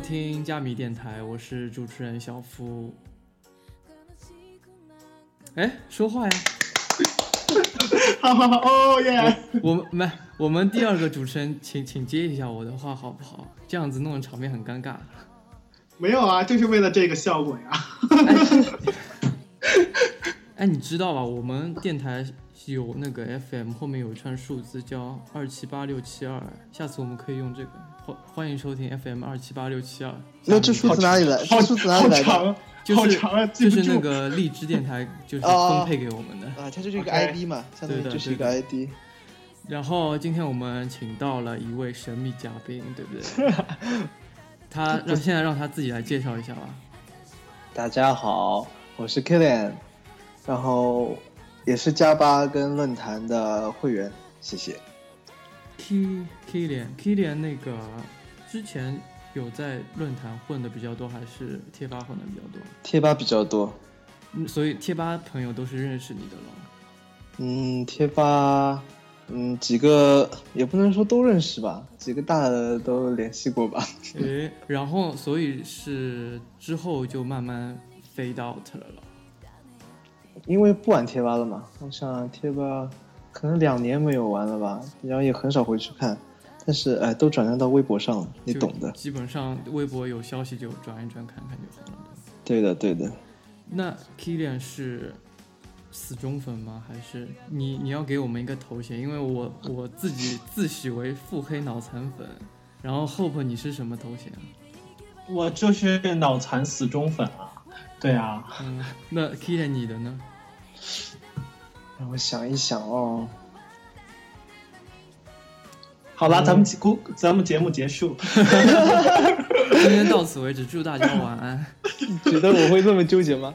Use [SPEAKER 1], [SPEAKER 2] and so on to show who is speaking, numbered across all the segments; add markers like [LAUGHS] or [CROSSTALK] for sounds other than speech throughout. [SPEAKER 1] 听加米电台，我是主持人小夫。哎，说话呀！
[SPEAKER 2] 好好好，哦耶！
[SPEAKER 1] 我们没，我们第二个主持人，请请接一下我的话好不好？这样子弄得场面很尴尬。
[SPEAKER 2] 没有啊，就是为了这个效果呀。
[SPEAKER 1] 哎，你知道吧？我们电台有那个 FM 后面有一串数字叫二七八六七二，下次我们可以用这个。欢欢迎收听 FM 二七八六七二。
[SPEAKER 3] 那这数字哪里来？
[SPEAKER 2] 好
[SPEAKER 3] 这数字哪里来的？
[SPEAKER 2] 长啊，
[SPEAKER 1] 就
[SPEAKER 2] 好
[SPEAKER 1] 是
[SPEAKER 2] 长啊，记
[SPEAKER 1] 就
[SPEAKER 2] 不
[SPEAKER 1] 是那
[SPEAKER 2] 住。
[SPEAKER 1] 个荔枝电台就是
[SPEAKER 3] 哦
[SPEAKER 1] 分配给我们的。
[SPEAKER 3] 啊，它就是一
[SPEAKER 2] OK
[SPEAKER 3] 个 ID 嘛，相当于
[SPEAKER 1] 对的
[SPEAKER 3] 就是一个
[SPEAKER 1] 对
[SPEAKER 3] ID。
[SPEAKER 1] 然后今天我们请到了一位神秘嘉宾，对不对？
[SPEAKER 3] [LAUGHS]
[SPEAKER 1] 他让现在让他自己来介绍一下吧。
[SPEAKER 3] 大家好，我是 Kilian，然后也是加八跟论坛的会员，谢谢。
[SPEAKER 1] K Kilian Kilian 那个之前有在论坛混的比较多，还是贴吧混的比较多？
[SPEAKER 3] 贴吧比较多，
[SPEAKER 1] 嗯，所以贴吧朋友都是认识你的
[SPEAKER 3] [LAUGHS]
[SPEAKER 1] 了。
[SPEAKER 3] 嗯，贴吧，嗯，几个也不能说都认识吧，几个大的都联系过吧。 [LAUGHS]
[SPEAKER 1] 诶，然后所以是之后就慢慢 fade out 了了。
[SPEAKER 3] 因为不玩贴吧了嘛，我想贴吧可能两年没有玩了吧，然后也很少回去看，但是哎，都转战到微博上了，你
[SPEAKER 1] 就
[SPEAKER 3] 懂的。
[SPEAKER 1] 基本上微博有消息就转一转看看就好了。
[SPEAKER 3] 对的，对的。
[SPEAKER 1] 那 Kilian 是死忠粉吗？还是你你要给我们一个头衔？因为我我自己自诩为腹黑脑残粉，然后 Hope 你是什么头衔？
[SPEAKER 2] 我就是脑残死忠粉啊。对啊，
[SPEAKER 1] 嗯，那 Kilian 你的呢？
[SPEAKER 3] 让我想一想哦，
[SPEAKER 2] 好啦，咱们节故咱们节目结束。
[SPEAKER 1] 今天到此为止，祝大家晚安。
[SPEAKER 3] 觉得我会这么纠结 [LAUGHS] 吗？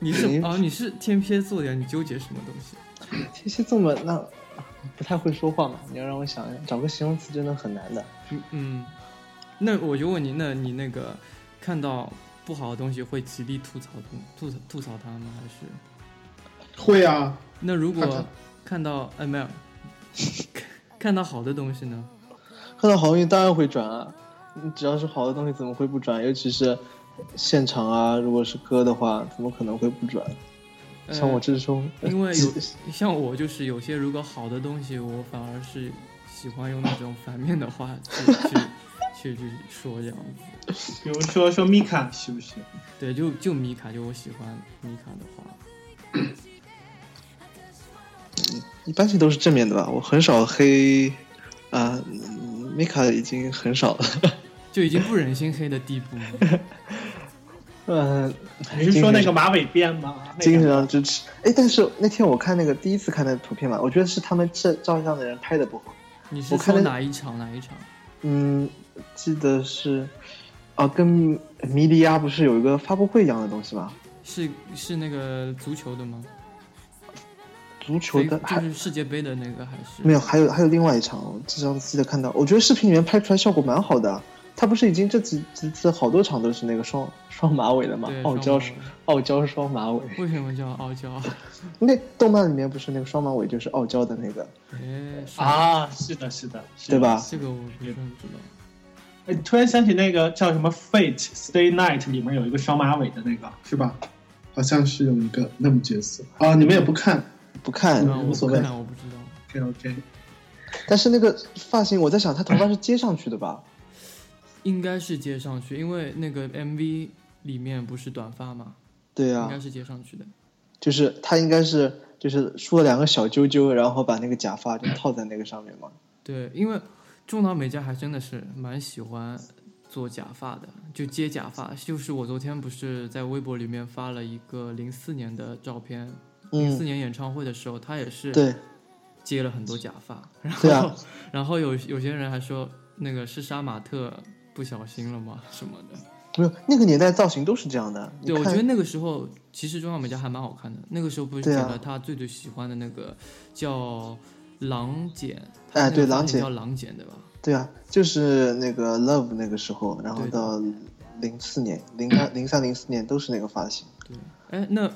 [SPEAKER 1] 你是
[SPEAKER 3] 你
[SPEAKER 1] 哦，你是天蝎座的呀，你纠结什么东西？
[SPEAKER 3] 天蝎这么那不太会说话嘛，你要让我想一想，找个形容词真的很难的。
[SPEAKER 1] 嗯嗯，那我就问你，那你那个看到不好的东西会极力吐槽吐吐槽吐槽它吗？还是
[SPEAKER 2] 会啊，
[SPEAKER 1] 那如
[SPEAKER 2] 看看
[SPEAKER 1] 果看到哎没有 [LAUGHS] 看到好的东西呢？
[SPEAKER 3] 看到好东西当然会转啊，你只要是好的东西怎么会不转？尤其是现场啊，如果是歌的话，怎么可能会不转？
[SPEAKER 1] 呃
[SPEAKER 3] 像我这种，
[SPEAKER 1] 因为
[SPEAKER 3] [LAUGHS]
[SPEAKER 1] 有像我就是有些如果好的东西，我反而是喜欢用那种反面的话
[SPEAKER 3] [LAUGHS]
[SPEAKER 1] 去去去去说这样子。
[SPEAKER 2] 比如说说米卡是不是？
[SPEAKER 1] 对，就就米卡，就我喜欢米卡的话。
[SPEAKER 3] 一般性都是正面的吧，我很少黑啊，嗯米卡已经很少了。
[SPEAKER 1] 就已经不忍心黑的地步了。
[SPEAKER 3] [LAUGHS] 嗯，
[SPEAKER 2] 你是说那个马尾辫吗？那
[SPEAKER 3] 精神
[SPEAKER 2] 个
[SPEAKER 3] 上支持。哎，但是那天我看那个第一次看那个图片嘛，我觉得是他们这照相的人拍的不好。
[SPEAKER 1] 你是
[SPEAKER 3] 我看
[SPEAKER 1] 说
[SPEAKER 3] 了
[SPEAKER 1] 哪一场哪一场？
[SPEAKER 3] 嗯，记得是，啊，跟迷笛鸭不是有一个发布会一样的东西吗？
[SPEAKER 1] 是是那个足球的吗？
[SPEAKER 3] 足球的
[SPEAKER 1] 非
[SPEAKER 3] 还
[SPEAKER 1] 就是世界杯的那个还是
[SPEAKER 3] 没有，还有还有另外一场，我这张记得看到，我觉得视频里面拍出来效果蛮好的。啊他不是已经这几几次好多场都是那个双双马尾了吗
[SPEAKER 1] 对？
[SPEAKER 3] 傲娇
[SPEAKER 1] 双
[SPEAKER 3] 双
[SPEAKER 1] 马
[SPEAKER 3] 傲娇双马尾，
[SPEAKER 1] 为什么叫傲娇？ [LAUGHS]
[SPEAKER 3] 那动漫里面不是那个双马尾就是傲娇的那个，
[SPEAKER 1] 哎，是
[SPEAKER 2] 啊，是的，是的，是的
[SPEAKER 3] 对？吧？
[SPEAKER 1] 这个我不是很知道。
[SPEAKER 2] 哎，突然想起那个叫什么《Fate Stay Night》里面有一个双马尾的那个，是吧？好像是有一个那么角色啊，你们也不看。
[SPEAKER 3] 不看
[SPEAKER 1] 啊，
[SPEAKER 2] 无
[SPEAKER 1] 我
[SPEAKER 2] 所
[SPEAKER 1] 不 [LAUGHS]
[SPEAKER 2] 谓
[SPEAKER 1] 看，我不知道。
[SPEAKER 2] OK OK，
[SPEAKER 3] 但是那个发型，我在想他头发是接上去
[SPEAKER 1] [COUGHS]
[SPEAKER 3] 的吧？
[SPEAKER 1] 应该是接上去，因为那个 MV 里面不是短发吗？
[SPEAKER 3] 对
[SPEAKER 1] 应
[SPEAKER 3] 啊
[SPEAKER 1] 该，是接上去的。
[SPEAKER 3] 就是他应该是就是梳了两个小揪揪，然后把那个假发就套在那个上面嘛。
[SPEAKER 1] 对，因为中岛美嘉还真的是蛮喜欢做假发的，就接假发。就是我昨天不是在微博里面发了一个零四年的照片，零四
[SPEAKER 3] 嗯，
[SPEAKER 1] 年演唱会的时候，她也是
[SPEAKER 3] 对
[SPEAKER 1] 接了很多假发。然后，
[SPEAKER 3] 对啊，
[SPEAKER 1] 然后有有些人还说那个是杀马特不小心了吗什么的。
[SPEAKER 3] 没有那个年代造型都是这样的。
[SPEAKER 1] 对，
[SPEAKER 3] 你
[SPEAKER 1] 我
[SPEAKER 3] 看
[SPEAKER 1] 觉得那个时候其实中岛美嘉还蛮好看的。那个时候不是
[SPEAKER 3] 对啊
[SPEAKER 1] 讲了她最最喜欢的那个叫狼剪，她
[SPEAKER 3] 哎
[SPEAKER 1] 那个
[SPEAKER 3] 对
[SPEAKER 1] 发
[SPEAKER 3] 狼
[SPEAKER 1] 型
[SPEAKER 3] 剪
[SPEAKER 1] 叫狼剪对吧？
[SPEAKER 3] 对啊，就是那个 Love 那个时候，然后
[SPEAKER 1] 对的
[SPEAKER 3] 到零四年、
[SPEAKER 1] [COUGHS]
[SPEAKER 3] 零三、零三、零四年都是那个发型。
[SPEAKER 1] 对，哎，那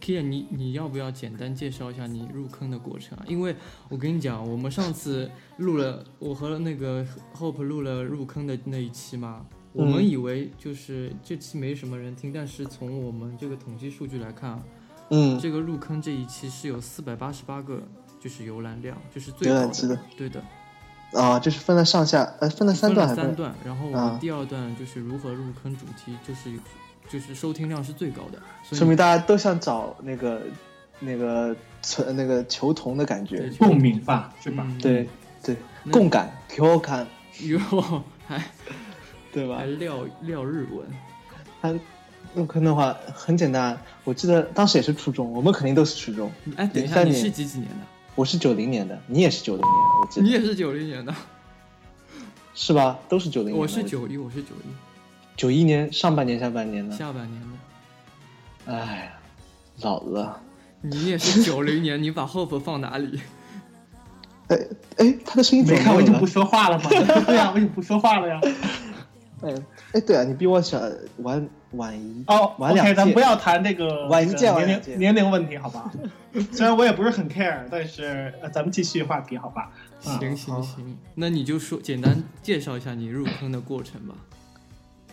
[SPEAKER 1] Kia，你你要不要简单介绍一下你入坑的过程啊？因为我跟你讲，我们上次录了，我和那个 Hope 录了入坑的那一期嘛，我
[SPEAKER 3] 嗯
[SPEAKER 1] 们以为就是这期没什么人听，但是从我们这个统计数据来看啊，
[SPEAKER 3] 嗯，
[SPEAKER 1] 这个入坑这一期是有四百八十八个就是浏览量，就是最
[SPEAKER 3] 浏
[SPEAKER 1] 高
[SPEAKER 3] 览期的
[SPEAKER 1] 对的，
[SPEAKER 3] 啊，就是分了上下，呃，分了三段还
[SPEAKER 1] 分了三
[SPEAKER 3] 分
[SPEAKER 1] 段，然后我们
[SPEAKER 3] 啊
[SPEAKER 1] 第二段就是如何入坑主题，就是就是收听量是最高的，所以
[SPEAKER 3] 说明大家都想找那个那个存那个求同的感觉
[SPEAKER 1] 对，
[SPEAKER 2] 共鸣吧，是吧？
[SPEAKER 1] 嗯 [LAUGHS]
[SPEAKER 3] 对对，
[SPEAKER 1] 那
[SPEAKER 3] 共感、共感，
[SPEAKER 1] 哟，还
[SPEAKER 3] 对吧
[SPEAKER 1] 还？撂撂日文，
[SPEAKER 3] 他入坑的话很简单，我记得当时也是初中，我们肯定都是初中。
[SPEAKER 1] 哎，等一下，
[SPEAKER 3] 03
[SPEAKER 1] 你
[SPEAKER 3] 年
[SPEAKER 1] 是几几年的？
[SPEAKER 3] 我是九零年的，你也是九零年的，我记
[SPEAKER 1] 你
[SPEAKER 3] 得
[SPEAKER 1] 也是九零年的，
[SPEAKER 3] 哎是吧？都是九零年的。
[SPEAKER 1] 我是九一，我是九一，
[SPEAKER 3] 九一年上半年、下半年的。
[SPEAKER 1] 下半年的。
[SPEAKER 3] 哎呀，老了。
[SPEAKER 1] 你也是九零年，你把 Hope 放哪
[SPEAKER 3] [LAUGHS]
[SPEAKER 1] 里？
[SPEAKER 3] 哎哎，他的声音
[SPEAKER 2] 你
[SPEAKER 3] 怎
[SPEAKER 2] 没
[SPEAKER 3] 么
[SPEAKER 2] 看我
[SPEAKER 3] 没
[SPEAKER 2] 已
[SPEAKER 3] 有
[SPEAKER 2] 经
[SPEAKER 3] 了
[SPEAKER 2] 不？说话
[SPEAKER 3] [LAUGHS]
[SPEAKER 2] 了吗？对呀、我已经不说话了呀。
[SPEAKER 3] 哎哎，对啊，你比我小晚晚一
[SPEAKER 2] 哦、
[SPEAKER 3] 晚
[SPEAKER 2] o
[SPEAKER 3] 两
[SPEAKER 2] k 咱
[SPEAKER 3] 届
[SPEAKER 2] 不要谈这个
[SPEAKER 3] 晚一届
[SPEAKER 2] 这个
[SPEAKER 3] 晚
[SPEAKER 2] 年
[SPEAKER 3] 两届
[SPEAKER 2] 龄年龄问题，好吧？ [LAUGHS] 虽然我也不是很 care，但是、呃、咱们继续话题，好吧？啊
[SPEAKER 1] 行行
[SPEAKER 3] 好
[SPEAKER 1] 行，那你就说简单介绍一下你入坑的过程吧。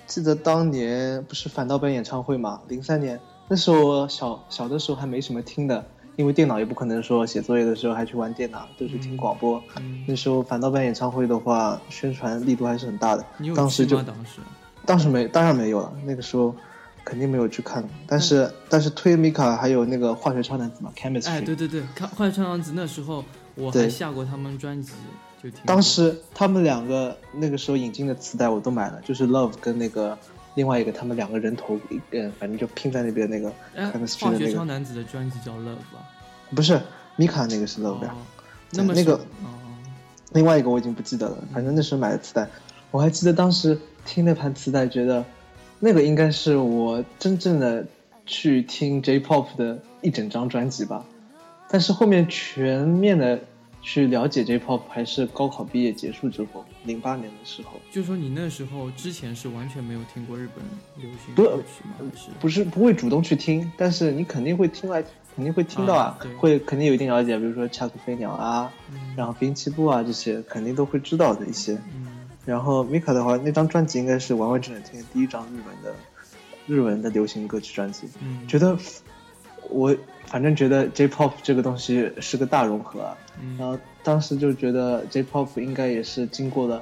[SPEAKER 3] 记得当年不是反盗版演唱会嘛，零三年那时候小小的时候还没什么听的，因为电脑也不可能说写作业的时候还去玩电脑，都是听广播。
[SPEAKER 1] 嗯，
[SPEAKER 3] 那时候反盗版演唱会的话，宣传力度还是很大的
[SPEAKER 1] 你有。
[SPEAKER 3] 当
[SPEAKER 1] 去
[SPEAKER 3] 时就
[SPEAKER 1] 吗？当时
[SPEAKER 3] 当时没，当然没有了。那个时候肯定没有去看，但是、但是推米卡还有那个化学超男子嘛，Chemistry，、
[SPEAKER 1] 嗯哎，对对对，看《快穿杨子》那时候我还
[SPEAKER 3] 对
[SPEAKER 1] 下过他们专辑，就听过。
[SPEAKER 3] 当时他们两个那个时候引进的磁带我都买了，就是 Love 跟那个另外一个他们两个人头，嗯，反正就拼在那边那个
[SPEAKER 1] 哎，
[SPEAKER 3] Chemistry
[SPEAKER 1] 化
[SPEAKER 3] 的那
[SPEAKER 1] 学超
[SPEAKER 3] 个，
[SPEAKER 1] 男子的专辑叫《Love》吧？
[SPEAKER 3] 不是米卡那个是 Love 呀、
[SPEAKER 1] 哦，那么
[SPEAKER 3] 那
[SPEAKER 1] 是
[SPEAKER 3] 个
[SPEAKER 1] 哦，
[SPEAKER 3] 另外一个我已经不记得了，反正那时候买的磁带，我还记得当时听那盘磁带，觉得那个应该是我真正的去听 J-pop 的一整张专辑吧。但是后面全面的去了解 J-pop 还是高考毕业结束之后，零八年的时候，
[SPEAKER 1] 就说你那时候之前是完全没有听过日本流行
[SPEAKER 3] 不呃
[SPEAKER 1] 歌曲吗？还是
[SPEAKER 3] 不是不会主动去听，但是你肯定会听来，肯定会听到
[SPEAKER 1] 啊
[SPEAKER 3] 啊，
[SPEAKER 1] 对
[SPEAKER 3] 会肯定有一定了解，比如说恰克飞鸟啊，
[SPEAKER 1] 嗯
[SPEAKER 3] 然后滨崎步啊这些，肯定都会知道的一些。
[SPEAKER 1] 嗯
[SPEAKER 3] 然后 Mika 的话，那张专辑应该是完完整整听的第一张日文的日文的流行歌曲专辑，
[SPEAKER 1] 嗯，
[SPEAKER 3] 觉得我反正觉得 J-pop 这个东西是个大融合啊，
[SPEAKER 1] 嗯
[SPEAKER 3] 然后当时就觉得 J-pop 应该也是经过了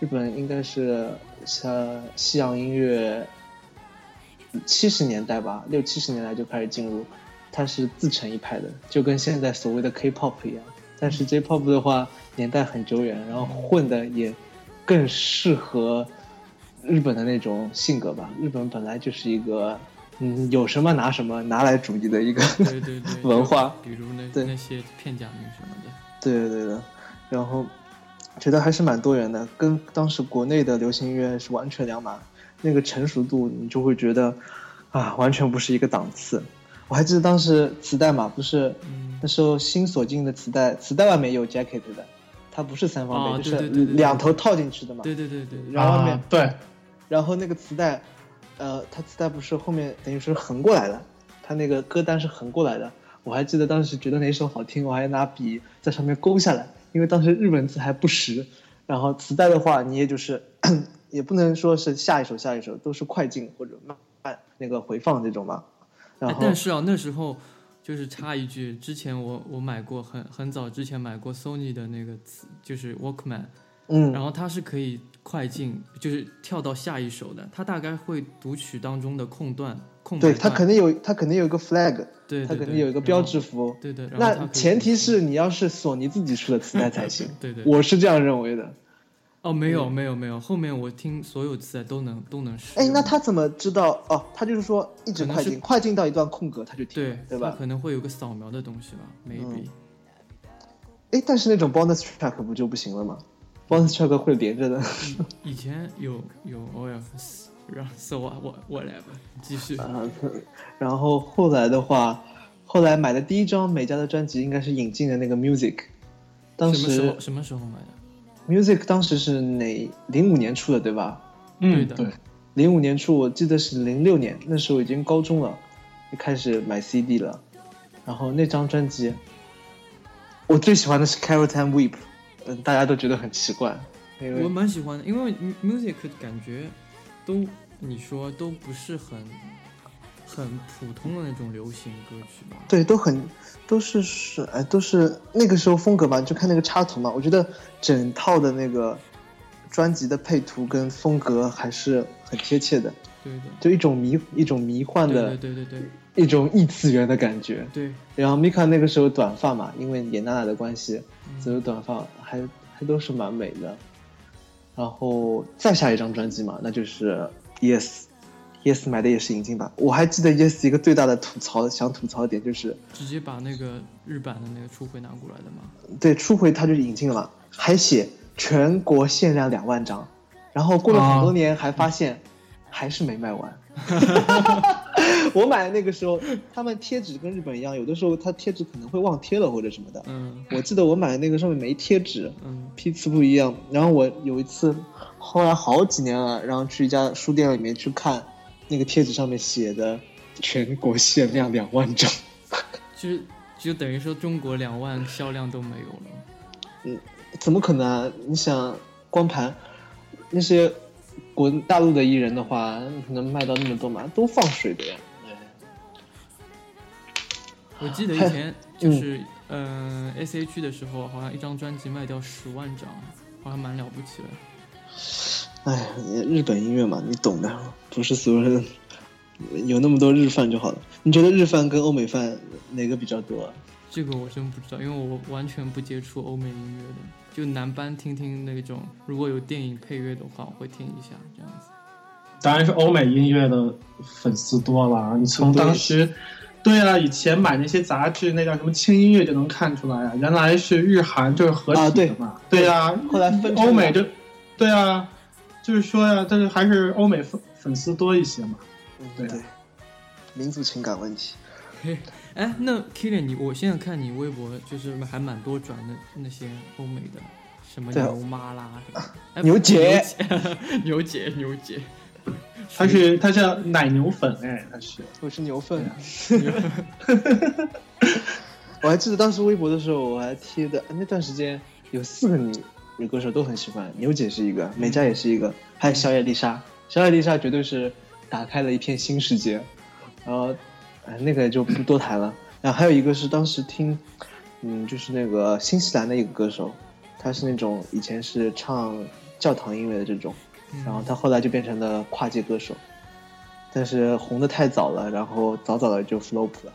[SPEAKER 3] 日本应该是像西洋音乐七十年代吧，六七十年代就开始进入，它是自成一派的，就跟现在所谓的 K-pop 一样。但是 J-pop 的话年代很久远，然后混的也更适合日本的那种性格吧。日本本来就是一个嗯有什么拿什么拿来主义的一个
[SPEAKER 1] 对对对，
[SPEAKER 3] [LAUGHS] 文化
[SPEAKER 1] 就比如那
[SPEAKER 3] 对
[SPEAKER 1] 那些片假名什么的。
[SPEAKER 3] 对的对的，然后觉得还是蛮多元的，跟当时国内的流行音乐是完全两码，那个成熟度你就会觉得啊，完全不是一个档次。我还记得当时磁带嘛，不是
[SPEAKER 1] 嗯
[SPEAKER 3] 那时候新所进的磁带，磁带外面有 jacket 的，它不是三方
[SPEAKER 1] 哦
[SPEAKER 3] 背，就
[SPEAKER 1] 对
[SPEAKER 3] 是
[SPEAKER 1] 对对对对
[SPEAKER 3] 两头套进去的嘛。
[SPEAKER 1] 对对对对，
[SPEAKER 3] 然后外面
[SPEAKER 2] 啊对，
[SPEAKER 3] 然后那个磁带，呃，它磁带不是后面等于是横过来的，它那个歌单是横过来的。我还记得当时觉得哪首好听，我还拿笔在上面勾下来，因为当时日文字还不识。然后磁带的话，你也就是 [CLEARS THROAT] 也不能说是下一首下一首都是快进或者慢慢那个回放这种嘛。然
[SPEAKER 1] 哎
[SPEAKER 3] 后
[SPEAKER 1] 但是啊，那时候就是插一句，之前我我买过很很早之前买过 Sony 的那个磁，就是 Walkman，然
[SPEAKER 3] 嗯，
[SPEAKER 1] 后它是可以快进，就是跳到下一首的，它大概会读取当中的空段空白
[SPEAKER 3] 对，
[SPEAKER 1] 段
[SPEAKER 3] 它肯定有它肯定有一个 flag，
[SPEAKER 1] 对对
[SPEAKER 3] 它
[SPEAKER 1] 对，
[SPEAKER 3] 肯定有一个
[SPEAKER 1] 然后
[SPEAKER 3] 标志，符。
[SPEAKER 1] 对对，然后它
[SPEAKER 3] 那
[SPEAKER 1] 可以
[SPEAKER 3] 前提
[SPEAKER 1] 读取，
[SPEAKER 3] 是你要是索尼自己出的磁带才行
[SPEAKER 1] [LAUGHS] 对对
[SPEAKER 3] 我是这样认为的。
[SPEAKER 1] 哦，没有没有没有，后面我听所有磁带都能都能试
[SPEAKER 3] 哎
[SPEAKER 1] 用，
[SPEAKER 3] 那他怎么知道？哦，他就是说一直
[SPEAKER 1] 可能
[SPEAKER 3] 快
[SPEAKER 1] 是
[SPEAKER 3] 进，快进到一段空格他就停，
[SPEAKER 1] 对
[SPEAKER 3] 了，对吧嗯
[SPEAKER 1] 它？可能会有个扫描的东西吧，maybe，、
[SPEAKER 3] 哎，但是那种 bonus track 不就不行了吗？bonus
[SPEAKER 1] 嗯
[SPEAKER 3] track 会连着的。 [LAUGHS]
[SPEAKER 1] 以前有有 OFS，然后 so 我我我来吧，继续。
[SPEAKER 3] 嗯，然后后来的话，后来买的第一张美嘉的专辑应该是引进的那个 music，当
[SPEAKER 1] 什么时
[SPEAKER 3] 时
[SPEAKER 1] 候什么时候买的？
[SPEAKER 3] music 当时是哪零五年出的对吧？
[SPEAKER 1] 对
[SPEAKER 2] 嗯
[SPEAKER 1] 的
[SPEAKER 2] 对，
[SPEAKER 3] 零五年初，我记得是零六年，那时候已经高中了，就开始买 CD 了。然后那张专辑，我最喜欢的是《Carrot and Weep》，嗯，大家都觉得很奇怪，因
[SPEAKER 1] 我
[SPEAKER 3] 为
[SPEAKER 1] 蛮喜欢的，因为 mu- music 感觉都你说都不是很很普通的那种流行歌曲吧？
[SPEAKER 3] 对，都很都是是哎，都是那个时候风格吧，你就看那个插图嘛。我觉得整套的那个专辑的配图跟风格还是很贴切的，
[SPEAKER 1] 对的，
[SPEAKER 3] 就一种迷一种迷幻的
[SPEAKER 1] 对对对对
[SPEAKER 3] 一种异次元的感觉。
[SPEAKER 1] 对
[SPEAKER 3] 然后 Mika 那个时候短发嘛，因为演娜娜的关系，所
[SPEAKER 1] 对，
[SPEAKER 3] 有短发还还都是蛮美的。然后再下一张专辑嘛，那就是 Yes，Yes 买的也是引进版。我还记得 Yes 一个最大的吐槽，想吐槽的点就是
[SPEAKER 1] 直接把那个日版的那个初回拿过来的嘛。
[SPEAKER 3] 对，初回他就引进了嘛，还写全国限量两万张，然后过了很多年还发现还是没卖完。 [LAUGHS] 我买的那个时候，他们贴纸跟日本一样，有的时候它贴纸可能会忘贴了或者什么的。
[SPEAKER 1] 嗯
[SPEAKER 3] 我记得我买的那个上面没贴纸，
[SPEAKER 1] 嗯
[SPEAKER 3] 批次不一样。然后我有一次，后来好几年了，然后去一家书店里面去看，那个贴纸上面写的全国限量两万张。
[SPEAKER 1] 就就等于说中国两万销量都没有了。
[SPEAKER 3] 怎么可能啊？你想光盘那些国大陆的艺人的话，能卖到那么多吗？都放水的呀。
[SPEAKER 1] 我记得以前就是嗯、呃、S H 的时候，好像一张专辑卖掉十万张，好像蛮了不起的。
[SPEAKER 3] 哎，日本音乐嘛，你懂的，不是所有人有那么多日饭就好了。你觉得日饭跟欧美饭哪个比较多啊？
[SPEAKER 1] 这个我真不知道，因为我完全不接触欧美音乐的，就男班听听那种，如果有电影配乐的话，我会听一下这样子。
[SPEAKER 2] 当然是欧美音乐的粉丝多了啊！你从当时，对啊，以前买那些杂志，那叫什么轻音乐就能看出来啊，原来是日韩就是合体的嘛，对啊，
[SPEAKER 3] 后来分成
[SPEAKER 2] 欧美
[SPEAKER 3] 了
[SPEAKER 2] 就，对啊，就是说呀、但是还是欧美粉粉丝多一些嘛。
[SPEAKER 3] 嗯
[SPEAKER 2] 对啊
[SPEAKER 3] 对，民族情感问题。
[SPEAKER 1] 哎，那 Kilian，你我现在看你微博，就是还蛮多转的那些欧美的，什么
[SPEAKER 3] 对啊
[SPEAKER 1] 牛妈啦，什么哎
[SPEAKER 3] 牛姐，
[SPEAKER 1] 牛姐， [LAUGHS] 牛姐，
[SPEAKER 2] 他是他叫奶牛粉哎，他是
[SPEAKER 3] 我是啊牛粪。 [LAUGHS] 我还记得当时微博的时候，我还贴的那段时间有四个女女歌手都很喜欢，牛姐是一个，美嘉也是一个，还有小野丽莎。小野丽莎绝对是打开了一片新世界，然后，哎，那个就不多谈了。然后还有一个是当时听，嗯，就是那个新西兰的一个歌手，他是那种以前是唱教堂音乐的这种，
[SPEAKER 1] 嗯
[SPEAKER 3] 然后他后来就变成了跨界歌手，但是红的太早了，然后早早的就 flop 了。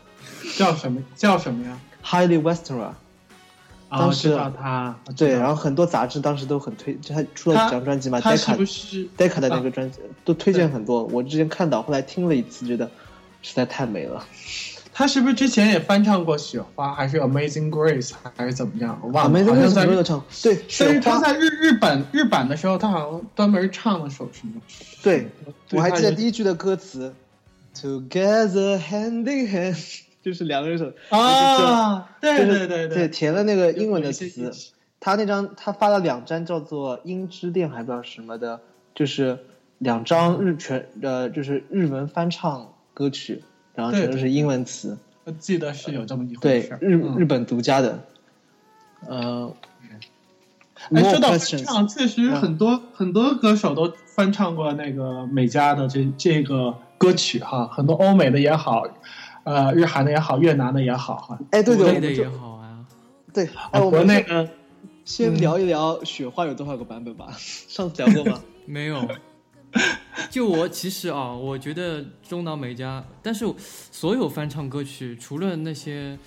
[SPEAKER 2] 叫什么叫什么呀？
[SPEAKER 3] Highly Westerner，
[SPEAKER 2] 啊，
[SPEAKER 3] 当
[SPEAKER 2] 我
[SPEAKER 3] 时
[SPEAKER 2] 知道他，我知道
[SPEAKER 3] 对，然后很多杂志当时都很推，就他出了
[SPEAKER 2] 他
[SPEAKER 3] 几张专辑嘛
[SPEAKER 2] 他是啊不
[SPEAKER 3] ，Decca
[SPEAKER 2] 是
[SPEAKER 3] Decca 的那个专辑、都推荐很多，我之前看到，后来听了一次，觉得实在太美了。
[SPEAKER 2] 他是不是之前也翻唱过《雪花》，还是《Amazing Grace》，还是怎么样？我
[SPEAKER 3] 啊，
[SPEAKER 2] 忘了，
[SPEAKER 3] 没
[SPEAKER 2] 好
[SPEAKER 3] 那
[SPEAKER 2] 像
[SPEAKER 3] 个
[SPEAKER 2] 在
[SPEAKER 3] 什么的唱，对，
[SPEAKER 2] 但
[SPEAKER 3] 雪
[SPEAKER 2] 是他
[SPEAKER 3] 花，
[SPEAKER 2] 在日日本日版的时候，他好像专门唱了首什么？
[SPEAKER 3] 对我还记得
[SPEAKER 2] 第
[SPEAKER 3] 第一句的歌词，Together hand in hand，就是两个人手，
[SPEAKER 2] 啊，对
[SPEAKER 3] 就是
[SPEAKER 2] 对对
[SPEAKER 3] 对，填了那个英文的
[SPEAKER 2] 有一些
[SPEAKER 3] 词，他那张他发了两张叫做《鹰之恋》还不知道什么的，就是两张日全呃就是日文翻唱歌曲，然后
[SPEAKER 2] 对
[SPEAKER 3] 全都是英文词，
[SPEAKER 2] 我记得是有这么一回
[SPEAKER 3] 对
[SPEAKER 2] 事儿。
[SPEAKER 3] 日、
[SPEAKER 2] 嗯
[SPEAKER 3] 日本独家的。呃，
[SPEAKER 2] 哎，
[SPEAKER 3] more
[SPEAKER 2] 说到翻
[SPEAKER 3] questions
[SPEAKER 2] 唱，确实
[SPEAKER 3] 嗯
[SPEAKER 2] 很多、很多歌手都翻唱过那个美嘉的这这个歌曲哈，很多欧美的也好，呃，日韩的也好，越南的也好哈。
[SPEAKER 3] 哎对
[SPEAKER 1] 国内
[SPEAKER 3] 对，我
[SPEAKER 1] 的
[SPEAKER 3] 们就
[SPEAKER 1] 也好啊，
[SPEAKER 3] 对，哎我
[SPEAKER 2] 国
[SPEAKER 3] 们
[SPEAKER 2] 内
[SPEAKER 3] 先
[SPEAKER 2] 的
[SPEAKER 3] 先聊一聊雪花有多少个版本吧， [LAUGHS] 上次聊过吗？
[SPEAKER 1] 没
[SPEAKER 3] [LAUGHS]
[SPEAKER 1] 有。就我其实啊，我觉得中岛美嘉，但是所有翻唱歌曲，除了那些，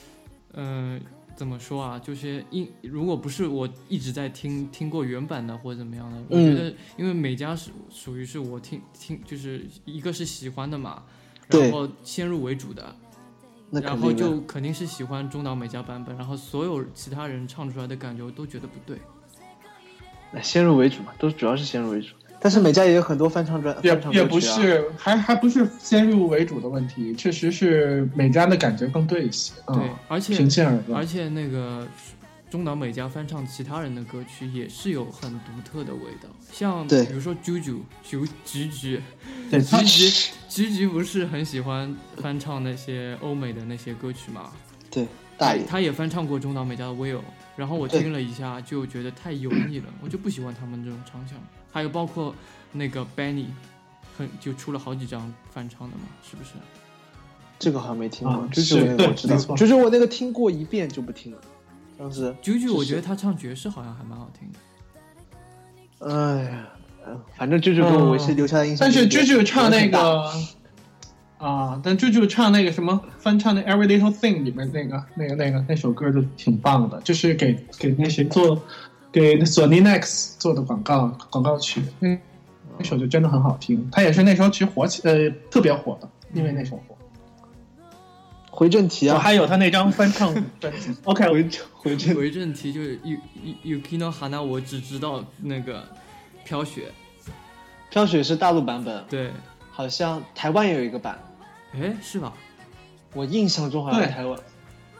[SPEAKER 1] 嗯、怎么说啊，就是因如果不是我一直在听听过原版的或者怎么样的，我觉
[SPEAKER 3] 嗯
[SPEAKER 1] 得因为美嘉是属于是我听听，就是一个是喜欢的嘛，
[SPEAKER 3] 对
[SPEAKER 1] 然后先入为主的，
[SPEAKER 3] 那
[SPEAKER 1] 然
[SPEAKER 3] 肯
[SPEAKER 1] 后
[SPEAKER 3] 定的
[SPEAKER 1] 就肯定是喜欢中岛美嘉版本，然后所有其他人唱出来的感觉我都觉得不对。
[SPEAKER 3] 哎先入为主嘛，都主要是先入为主。但是每家也有很多翻唱专，
[SPEAKER 2] 也
[SPEAKER 3] 翻唱歌曲啊
[SPEAKER 2] 也不是，还还不是先入为主的问题，确实是美嘉的感觉更对一些。
[SPEAKER 1] 对
[SPEAKER 2] 嗯，，
[SPEAKER 1] 而且
[SPEAKER 2] 平心而论
[SPEAKER 1] 而。且那个中岛美嘉翻唱其他人的歌曲也是有很独特的味道，像
[SPEAKER 3] 对
[SPEAKER 1] 比如说啾啾、啾菊菊、
[SPEAKER 2] 对，他
[SPEAKER 1] 菊菊、菊菊不是很喜欢翻唱那些欧美的那些歌曲嘛？
[SPEAKER 3] 对大爷，
[SPEAKER 1] 他也翻唱过中岛美嘉的《Will》，然后我
[SPEAKER 3] 对
[SPEAKER 1] 听了一下就觉得太油腻了，我就不喜欢他们这种唱腔。还有包括那个 Benny，很就出了好几张翻唱的嘛，是不是？
[SPEAKER 3] 这个好像没听
[SPEAKER 2] 啊
[SPEAKER 3] 过，九九
[SPEAKER 2] 是
[SPEAKER 3] 那个我知道
[SPEAKER 2] 没，错
[SPEAKER 3] 九九我那个听过一遍就不听了。当时，
[SPEAKER 1] 九九，我觉得
[SPEAKER 3] 是
[SPEAKER 1] 他唱爵士好像还蛮好听的。
[SPEAKER 3] 哎呀，反正啾啾给我是留下的印象
[SPEAKER 2] 嗯但
[SPEAKER 3] 就是
[SPEAKER 2] 啾
[SPEAKER 3] 很大。
[SPEAKER 2] 啾唱那个啊，但啾啾唱那个什么翻唱那《Every Little Thing》里面那个那个那个那首歌就挺棒的，就是给给那谁做给索尼 Nex 做的广告广告曲，那那首就真的很好听。它也是那时候其实火起呃特别火的，因为那首火。
[SPEAKER 3] 回正题
[SPEAKER 2] 我
[SPEAKER 3] 啊，
[SPEAKER 2] 嗯还有他那张翻 [LAUGHS] 唱专辑。OK，我
[SPEAKER 3] 回回正
[SPEAKER 1] 为正题就是 U U Kino Hana，我只知道那个飘雪，
[SPEAKER 3] 飘雪是大陆版本，
[SPEAKER 1] 对，
[SPEAKER 3] 好像台湾也有一个版，
[SPEAKER 1] 哎，是吧？
[SPEAKER 3] 我印象中好像
[SPEAKER 2] 对
[SPEAKER 3] 台湾，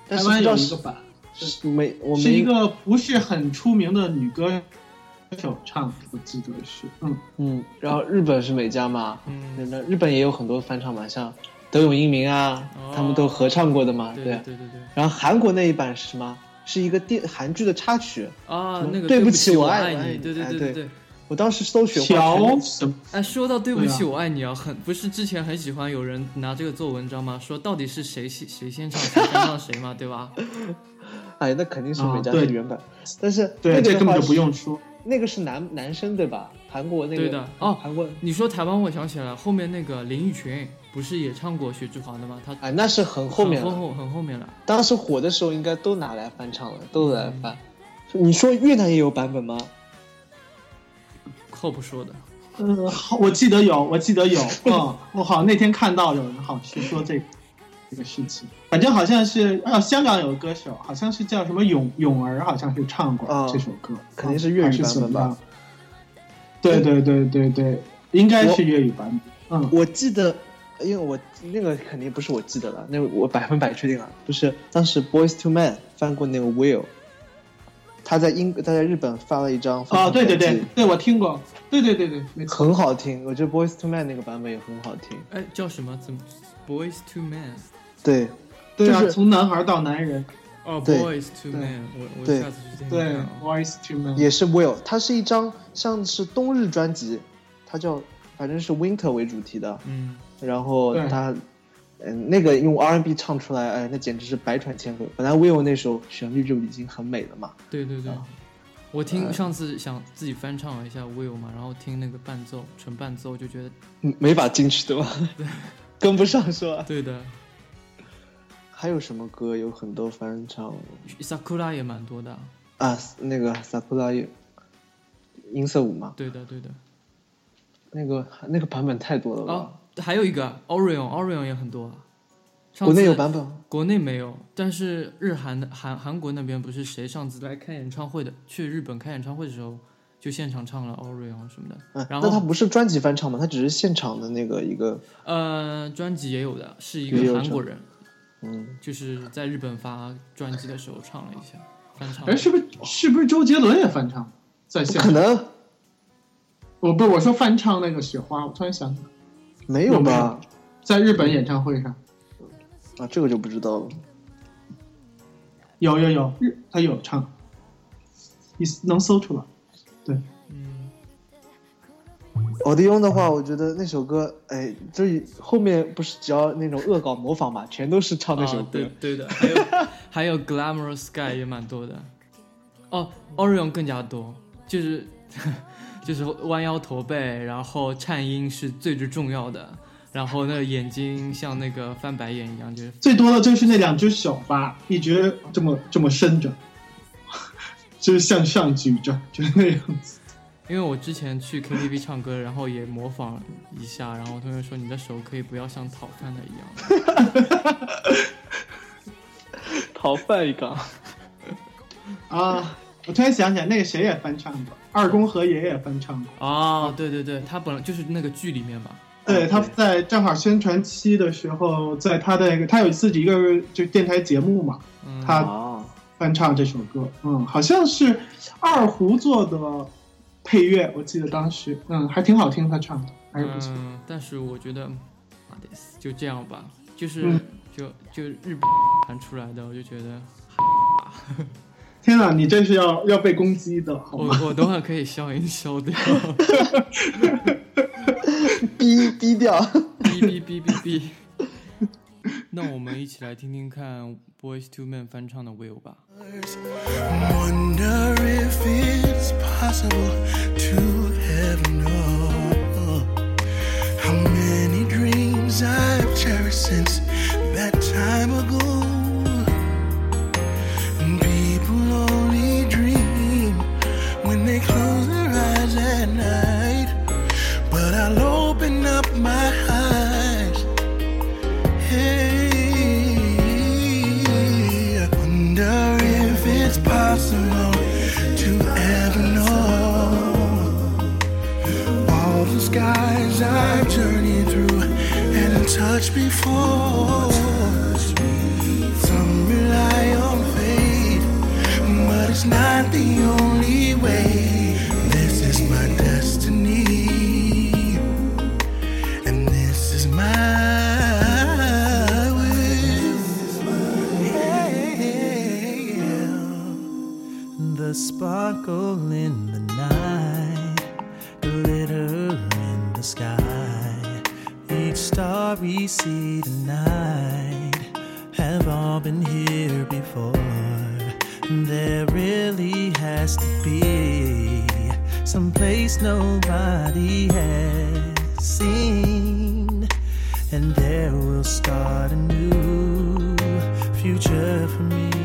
[SPEAKER 3] 但
[SPEAKER 2] 台
[SPEAKER 3] 是不
[SPEAKER 2] 湾
[SPEAKER 3] 知
[SPEAKER 2] 有
[SPEAKER 3] 道
[SPEAKER 2] 一个
[SPEAKER 3] 是
[SPEAKER 2] 版，
[SPEAKER 3] 是没我
[SPEAKER 2] 是
[SPEAKER 3] 没
[SPEAKER 2] 一个不是很出名的女歌手唱，的，我记得是嗯。
[SPEAKER 3] 嗯，然后日本是美嘉嘛，
[SPEAKER 1] 嗯，
[SPEAKER 3] 那日本也有很多翻唱嘛，像德永英明啊，
[SPEAKER 1] 哦
[SPEAKER 3] 他们都合唱过的嘛，
[SPEAKER 1] 对
[SPEAKER 3] 啊对。
[SPEAKER 1] 对对对
[SPEAKER 3] 然后韩国那一版是什么？是一个电韩剧的插曲，
[SPEAKER 1] 啊，那个
[SPEAKER 3] 对
[SPEAKER 1] 不
[SPEAKER 3] 不起
[SPEAKER 1] 我
[SPEAKER 3] 我爱我爱
[SPEAKER 1] 你，
[SPEAKER 3] 你
[SPEAKER 1] 对对
[SPEAKER 3] 哎
[SPEAKER 1] 对
[SPEAKER 3] 对
[SPEAKER 1] 对。
[SPEAKER 3] 我当时搜雪花
[SPEAKER 2] 乔
[SPEAKER 3] 全
[SPEAKER 2] 什么？
[SPEAKER 1] 哎，说到对不起
[SPEAKER 2] 对
[SPEAKER 1] 我爱你啊，很不是之前很喜欢有人拿这个做文章吗？说到底是谁先谁先唱谁翻唱谁嘛，对吧？ [LAUGHS]
[SPEAKER 3] 哎，那肯定是美嘉
[SPEAKER 2] 啊对
[SPEAKER 3] 是原版，但是
[SPEAKER 2] 对，
[SPEAKER 3] 那个
[SPEAKER 2] 这
[SPEAKER 3] 的
[SPEAKER 2] 根本
[SPEAKER 3] 话
[SPEAKER 2] 就不
[SPEAKER 3] 是，
[SPEAKER 2] 用说。
[SPEAKER 3] 那个是男男生对吧？韩国那个
[SPEAKER 1] 对的哦
[SPEAKER 3] 韩国
[SPEAKER 1] 你说台湾，我想起来了，后面那个林育群不是也唱过薛之华的吗？他
[SPEAKER 3] 哎，那是很后面
[SPEAKER 1] 很
[SPEAKER 3] 了，
[SPEAKER 1] 后很后面了。
[SPEAKER 3] 当时火的时候应该都拿来翻唱了，都拿来翻。
[SPEAKER 2] 嗯
[SPEAKER 3] 你说越南也有版本吗？
[SPEAKER 1] 靠谱说的，
[SPEAKER 2] 呃，好我记得有，我记 [LAUGHS] 得有，嗯，我好像那天看到有人好像是说这个这个事情，反正好像是啊，香港有个歌手，好像是叫什么泳泳儿，好像是唱过
[SPEAKER 3] 啊
[SPEAKER 2] 这首歌，啊
[SPEAKER 3] 肯定是粤
[SPEAKER 2] 还
[SPEAKER 3] 语
[SPEAKER 2] 是
[SPEAKER 3] 版本
[SPEAKER 2] 怎么
[SPEAKER 3] 吧
[SPEAKER 2] 样？对对对对对，应该是粤语版本。嗯，
[SPEAKER 3] 我记得，因为我那个肯定不是我记得了，那个我百分百确定了，就是当时 Boys to Man 翻过那个 Will，他在英他在日本发了一张翻
[SPEAKER 2] 啊，
[SPEAKER 3] 唱
[SPEAKER 2] 对对
[SPEAKER 3] 专
[SPEAKER 2] 对
[SPEAKER 3] 辑，
[SPEAKER 2] 对，我听过，对对对对，没错。
[SPEAKER 3] 很好听，我觉得 Boys to Man 那个版本也很好听，
[SPEAKER 1] 哎，叫什么？怎么？Boys to Men，
[SPEAKER 3] 对，
[SPEAKER 2] 对啊，
[SPEAKER 3] 就是
[SPEAKER 2] 从男孩到男人，
[SPEAKER 1] 哦
[SPEAKER 3] 对
[SPEAKER 1] ，Boys to
[SPEAKER 2] 对
[SPEAKER 1] Men，我我
[SPEAKER 3] 对
[SPEAKER 1] 下次去听
[SPEAKER 2] 对
[SPEAKER 1] 听啊。
[SPEAKER 2] ，voice to man，
[SPEAKER 3] 嗯也是 Will，它是一张像是冬日专辑，它叫反正是 Winter 为主题的，
[SPEAKER 1] 嗯，
[SPEAKER 3] 然后
[SPEAKER 2] 对
[SPEAKER 3] 他，嗯，那个用 R&B 唱出来，哎，那简直是百喘千回。本来 Will 那首旋律就已经很美了嘛，
[SPEAKER 1] 对对对
[SPEAKER 3] 啊。
[SPEAKER 1] 我听
[SPEAKER 3] 呃
[SPEAKER 1] 上次想自己翻唱了一下 Will 嘛，然后听那个伴奏，纯伴奏就觉得
[SPEAKER 3] 嗯没法进去对吧？跟不上是吧？
[SPEAKER 1] 对的。
[SPEAKER 3] 还有什么歌有很多翻唱
[SPEAKER 1] Sakura 也蛮多的啊，
[SPEAKER 3] 啊？那个 Sakura 有音色舞嘛，
[SPEAKER 1] 对的对的。
[SPEAKER 3] 那个那个版本太多了吧？
[SPEAKER 1] 啊，还有一个 Orion，Orion 也很多啊。上
[SPEAKER 3] 国内
[SPEAKER 1] 次
[SPEAKER 3] 有版本吗？
[SPEAKER 1] 国内没有，但是日韩的韩韩国那边不是谁上次来开演唱会的，去日本开演唱会的时候就现场唱了 Orion 什么的，
[SPEAKER 3] 嗯，
[SPEAKER 1] 然后
[SPEAKER 3] 那它不是专辑翻唱嘛？它只是现场的那个一个，
[SPEAKER 1] 呃，专辑也有的，是一
[SPEAKER 3] 也
[SPEAKER 1] 个
[SPEAKER 3] 有
[SPEAKER 1] 韩国人，
[SPEAKER 3] 嗯，
[SPEAKER 1] 就是在日本发专辑的时候唱了一下翻唱
[SPEAKER 2] 哎，。是不是是不是周杰伦也翻唱？在
[SPEAKER 3] 不
[SPEAKER 2] 线
[SPEAKER 3] 可能
[SPEAKER 2] 我哦不是我说翻唱那个雪花，我突然想起来，
[SPEAKER 3] 没有吧？
[SPEAKER 2] 在日本演唱会上
[SPEAKER 1] 嗯
[SPEAKER 3] 啊，这个就不知道了。
[SPEAKER 2] 有有有日他有唱，你能搜出来？
[SPEAKER 1] 嗯，
[SPEAKER 3] 奥迪翁的话，我觉得那首歌，哎，就是后面不是只要那种恶搞模仿嘛，全都是唱那首
[SPEAKER 1] 啊，
[SPEAKER 3] 歌。
[SPEAKER 1] 对对的，还有还有 Glamorous Sky 也蛮多的，哦，Orion 更加多，就是 [LAUGHS] 就是弯腰驼背，然后颤音是最最重要的，然后那个眼睛像那个翻白眼一样，就是
[SPEAKER 2] 最多的就是那两只手吧，一直这么这么伸着，就是向上举着，就是那样子。
[SPEAKER 1] 因为我之前去 KTV 唱歌，然后也模仿一下，然后同学说你的手可以不要像讨饭的一样。
[SPEAKER 3] 逃犯一个，
[SPEAKER 2] 啊！我突然想起来，那个谁也翻唱过，二宫和也也翻唱过。
[SPEAKER 1] 哦，对对对，他本来就是那个剧里面吧。
[SPEAKER 2] 对，
[SPEAKER 3] 啊
[SPEAKER 2] 他
[SPEAKER 3] 对
[SPEAKER 2] 在正好宣传期的时候，在他的那个他有自己一个就电台节目嘛，
[SPEAKER 1] 嗯，
[SPEAKER 2] 他
[SPEAKER 3] 啊，
[SPEAKER 2] 翻唱这首歌，嗯，好像是二胡做的配乐，我记得当时，嗯，还挺好听，他唱的还是不错。
[SPEAKER 1] 嗯，但是我觉得，妈的，就这样吧，就是、
[SPEAKER 2] 嗯
[SPEAKER 1] 就就
[SPEAKER 2] [LAUGHS]
[SPEAKER 1] 日本弹出来的，我就觉得
[SPEAKER 2] 天哪，你这是要要被攻哦 [LAUGHS] 击的，好
[SPEAKER 1] 我
[SPEAKER 2] 吗？
[SPEAKER 1] 我等会儿可以消音消掉。
[SPEAKER 3] 逼逼掉，
[SPEAKER 1] 哔哔哔哔哔。
[SPEAKER 2] [LAUGHS]
[SPEAKER 1] 那我们一起来听听看 Boys to Men 翻唱的《Will》吧。
[SPEAKER 4] Wonder if it's possible to ever know how many dreams I've cherished since that time ago. And People only dream when they close their eyes at night, but I'll open up my eyes. Hey, I wonder if it's possible to ever know all the skies I've journeyed through and touched before. Some rely on fate, but it's not the only way. This is my destiny. And this is my will.
[SPEAKER 5] The sparkle in the night, the glitter in the sky. Each star we see tonight have all been here before. There really has to be some place nobody has seen, and there will start a new future for me.